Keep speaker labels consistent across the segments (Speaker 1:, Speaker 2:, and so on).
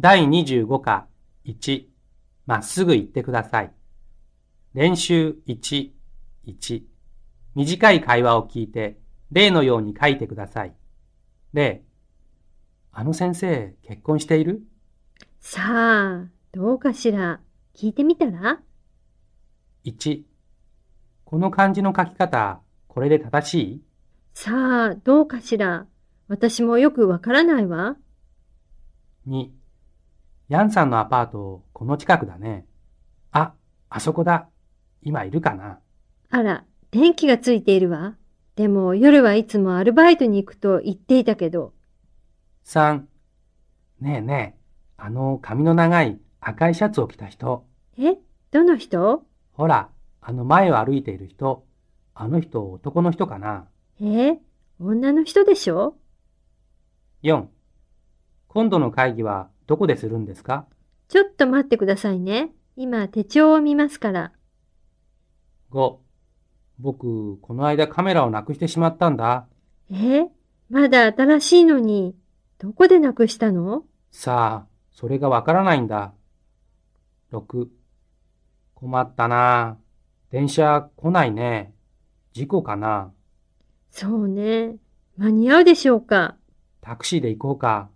Speaker 1: 第25課1、まっすぐ行ってください。練習1、1。短い会話を聞いて、例のように書いてください。例、あの先生、結婚している
Speaker 2: さあ、どうかしら。聞いてみたら
Speaker 1: ?1、この漢字の書き方、これで正しい
Speaker 2: さあ、どうかしら。私もよくわからないわ。
Speaker 1: ?2、ヤンさんのアパート、この近くだね。あ、あそこだ。今いるかな
Speaker 2: あら、電気がついているわ。でも夜はいつもアルバイトに行くと言っていたけど。
Speaker 1: ?3、ねえねえ、あの髪の長い赤いシャツを着た人。
Speaker 2: えどの人
Speaker 1: ほら、あの前を歩いている人。あの人、男の人かな
Speaker 2: え女の人でしょ
Speaker 1: ?4、今度の会議はどこでするんですか
Speaker 2: ちょっと待ってくださいね。今手帳を見ますから。
Speaker 1: ?5、僕、この間カメラをなくしてしまったんだ。
Speaker 2: えまだ新しいのに、どこでなくしたの
Speaker 1: さあ、それがわからないんだ。6、困ったなあ。電車来ないね。事故かな。
Speaker 2: そうね。間に合うでしょうか。
Speaker 1: タクシーで行こうか。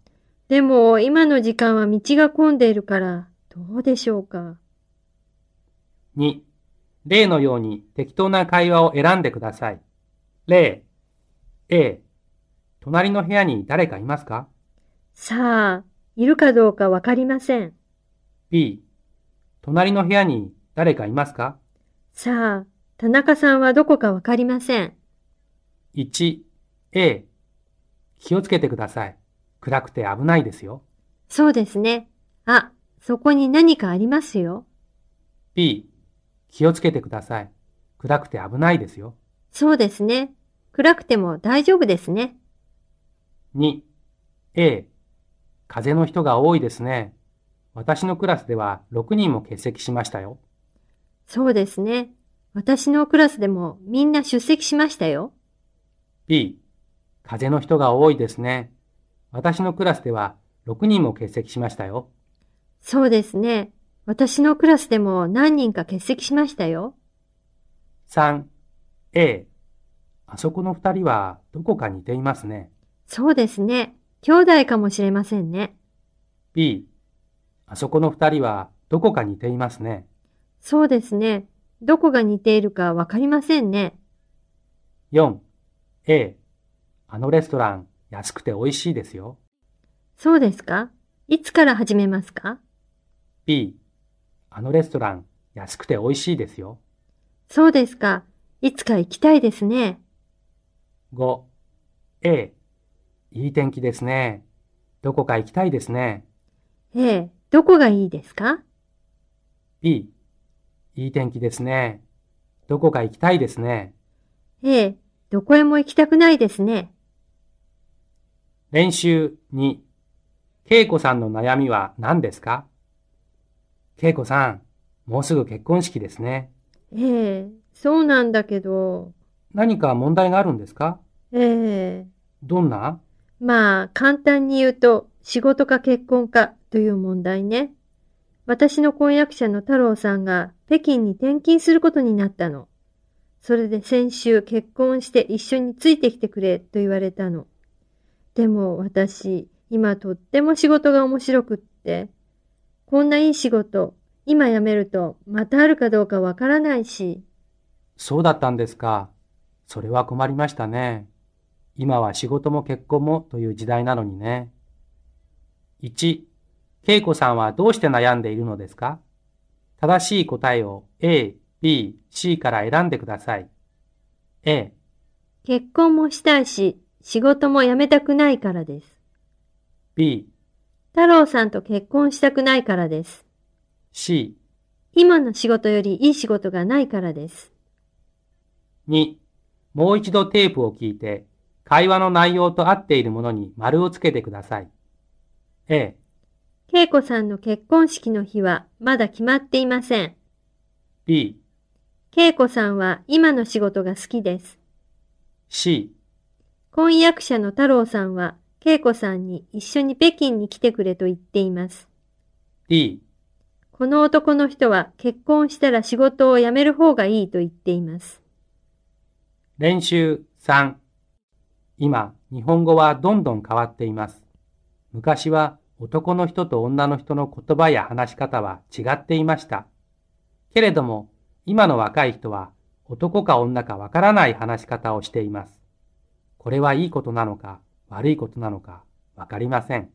Speaker 2: でも今の時間は道が混んでいるから、どうでしょうか。
Speaker 1: 2、例のように適当な会話を選んでください。例、A、隣の部屋に誰かいますか
Speaker 2: さあ、いるかどうかわかりません。
Speaker 1: ?B、隣の部屋に誰かいますか
Speaker 2: さあ、田中さんはどこかわかりません。
Speaker 1: ?1、A、気をつけてください。暗くて危ないですよ。
Speaker 2: そうですね。あ、そこに何かありますよ。
Speaker 1: B、気をつけてください。暗くて危ないですよ。
Speaker 2: そうですね。暗くても大丈夫ですね。
Speaker 1: 2、A、風邪の人が多いですね。私のクラスでは6人も欠席しましたよ。
Speaker 2: そうですね。私のクラスでもみんな出席しましたよ。
Speaker 1: B、風邪の人が多いですね。私のクラスでは6人も欠席しましたよ。
Speaker 2: そうですね。私のクラスでも何人か欠席しましたよ。
Speaker 1: 3、A、あそこの2人はどこか似ていますね。
Speaker 2: そうですね。兄弟かもしれませんね。
Speaker 1: B、あそこの2人はどこか似ていますね。
Speaker 2: そうですね。どこが似ているかわかりませんね。
Speaker 1: 4、A、あのレストラン安くて美味しいですよ。
Speaker 2: そうですかいつから始めますか
Speaker 1: B、あのレストラン安くて美味しいですよ。
Speaker 2: そうですか。いつか行きたいですね。
Speaker 1: 5、A、いい天気ですね。どこか行きたいですね。
Speaker 2: ええ、どこがいいですか
Speaker 1: B、いい天気ですね。どこか行きたいですね。
Speaker 2: ええ、どこへも行きたくないですね。
Speaker 1: 練習2、恵子さんの悩みは何ですか恵子さん、もうすぐ結婚式ですね。
Speaker 2: ええ、そうなんだけど、
Speaker 1: 何か問題があるんですか
Speaker 2: ええ、
Speaker 1: どんな
Speaker 2: まあ、簡単に言うと、仕事か結婚かという問題ね。私の婚約者の太郎さんが北京に転勤することになったの。それで先週結婚して一緒についてきてくれと言われたの。でも私、今とっても仕事が面白くって、こんないい仕事、今辞めるとまたあるかどうかわからないし、
Speaker 1: そうだったんですか。それは困りましたね。今は仕事も結婚もという時代なのにね。1、恵子さんはどうして悩んでいるのですか正しい答えを A、B、C から選んでください。A、
Speaker 2: 結婚もしたいし、仕事も辞めたくないからです。
Speaker 1: B、
Speaker 2: 太郎さんと結婚したくないからです。
Speaker 1: C、
Speaker 2: 今の仕事よりいい仕事がないからです。
Speaker 1: 2、もう一度テープを聞いて、会話の内容と合っているものに丸をつけてください。A、
Speaker 2: 恵子さんの結婚式の日はまだ決まっていません。
Speaker 1: B、
Speaker 2: 恵子さんは今の仕事が好きです。
Speaker 1: C、
Speaker 2: 婚約者の太郎さんは恵子さんに一緒に北京に来てくれと言っています。
Speaker 1: D、
Speaker 2: この男の人は結婚したら仕事を辞める方がいいと言っています。
Speaker 1: 練習3。今、日本語はどんどん変わっています。昔は男の人と女の人の言葉や話し方は違っていました。けれども、今の若い人は男か女かわからない話し方をしています。これはいいことなのか悪いことなのかわかりません。